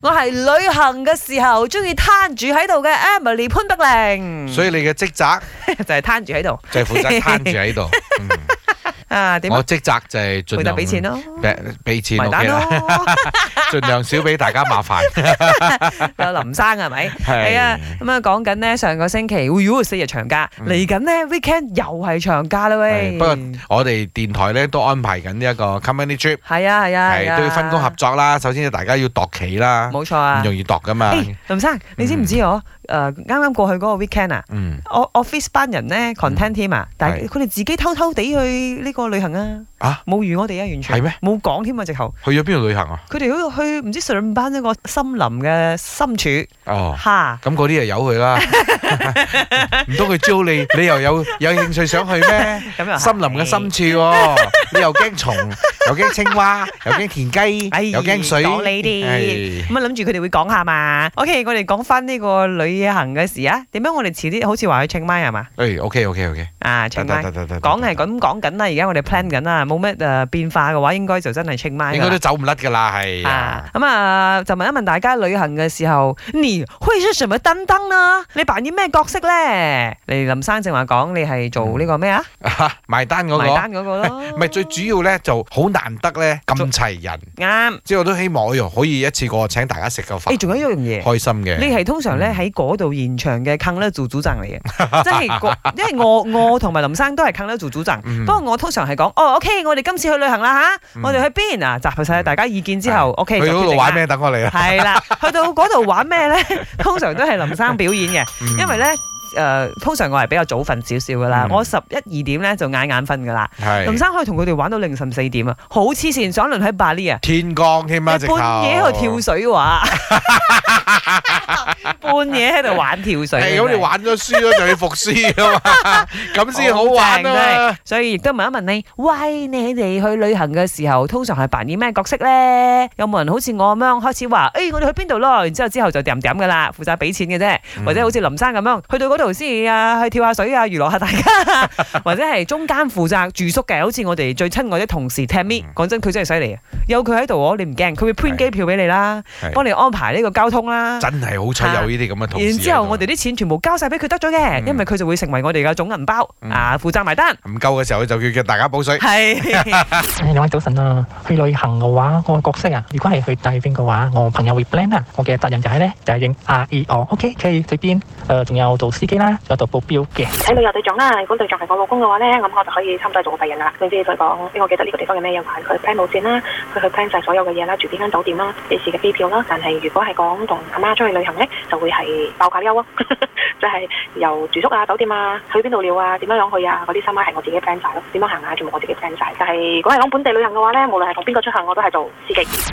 我係旅行嘅時候中意攤住喺度嘅 Emily 潘德玲，所以你嘅職責 就係攤住喺度就係負責攤住 喺度。嗯啊點啊我職責就係盡回答量俾錢咯，俾，俾錢埋 OK 單啦，咯，盡量少俾大家麻煩。 有林生係咪？係係啊，咁啊講緊咧上個星期，哎呦四日長假，嗯嚟緊咧 weekend 又係長假啦喂係。不過我哋電台咧都安排緊呢一個 company trip，係啊係啊係係啊，都要分工合作啦。首先大家要度期啦，冇錯啊唔。容易嗯度噶嘛。誒林生，你知唔知我誒啱啱過去嗰個 weekend 啊？嗯，我 office 班人咧 content team 啊，但係係佢哋自己偷偷地去呢個旅行啊，啊冇預我哋啊，完全係咩？冇講添啊，直頭去咗邊度旅行啊？佢哋嗰度去唔知上班一個森林嘅深處哦。 嚇，咁嗰啲就由佢啦，唔通佢招你，你又有有興趣想去 咩？咁又森林嘅深處喎、你又驚蟲，又驚青蛙，又驚田雞，唉又驚水，講呢啲唉咁啊，諗住佢哋會講下嘛。OK，我哋講翻呢個旅行嘅事啊。點樣我哋遲啲好似話去清邁係嘛？誒，OK OK OK，啊，清得得邁得得得，講係咁講緊啦。而家我哋 plan 緊啦，冇咩誒變化嘅話，應該就真係清邁㗎應啦該都走唔甩㗎啦，係啊，咁啊，就問一問大家旅行嘅時候，你會是什麼擔當呢？你扮演咩角色咧？你林生正話講，你係做呢個咩啊？埋單嗰、埋個。單嗰個咯 ，唔係最主要咧，就好難得咧咁齊人，啱。即係我都希望我又可以一次過請大家食個飯，誒，仲有一樣嘢。開心嘅。你係通常咧嗯喺嗰度現場嘅坑咧做組長 嚟嘅，即係嗰因為我我同埋林生都係坑咧做組長，嗯不過我通常係講哦，OK，我哋今次去旅行啦吓，嗯我哋去邊啊？集合晒大家意見之後，OK，去就嗰決度定玩啦咩？等我嚟啦。係啦，去到嗰度玩咩咧？通常都係林生表演嘅。嗯因為咧。誒、通常我係比較早瞓少少噶啦，嗯我十一二點咧就眼眼瞓噶啦。係林生可以同佢哋玩到凌晨四點啊，好黐線！上一輪喺巴黎 啊，天光添啊，直頭半夜喺度跳水話， 半夜喺度玩跳水。係咁你玩咗輸咗就要服輸啊嘛，咁先好玩啊嘛。所以亦都問一問你，喂，你哋去旅行嘅時候，通常係扮演咩角色咧？有冇人好似我咁樣開始話，誒、哎我哋去邊度咯？然之後之後就點點噶啦，負責俾錢嘅啫，嗯或者好似林生咁樣，去到嗰度先啊，去跳下水啊，娛樂下大家， 或者係中間負責住宿嘅，好似我哋最親愛啲同事嗯 Tammy，講真佢真係犀利啊，有佢喺度我你唔驚，佢會 print 係機票俾你啦，係幫你安排呢個交通啦。真係好彩有呢啲咁嘅同事喺然度。之後，我哋啲錢全部交晒俾佢得咗嘅，嗯因為佢就會成為我哋嘅總銀包嗯啊，負責埋 單。唔夠嘅時候就叫叫大家補水。係誒兩位早晨啊！去旅行嘅話，我嘅角色啊，如果係去帶邊嘅話，我朋友會 plan 啦。我嘅責任就係咧，就係影 R E O。OK，可以隨便。誒、呃仲有做司機啦，仲有做保鏢嘅。睇旅遊對象啦，如果對象係我老公嘅話咧，咁我就可以差唔多係做個第人啦。總之佢講，俾我記得呢個地方有咩嘢玩，佢 plan 路線啦，佢去 plan 晒所有嘅嘢啦，住邊間酒店啦，幾時嘅機票啦。但係如果係講同阿媽出去旅行咧，就會係爆價優咯， 即係由住宿啊、酒店啊、去邊度料啊、點樣樣去啊，嗰啲三媽係我自己 plan 晒咯，點樣行啊，全部我自己 plan 晒。但係如果係講本地旅行嘅話咧，無論係同邊個出行，我都係做司機。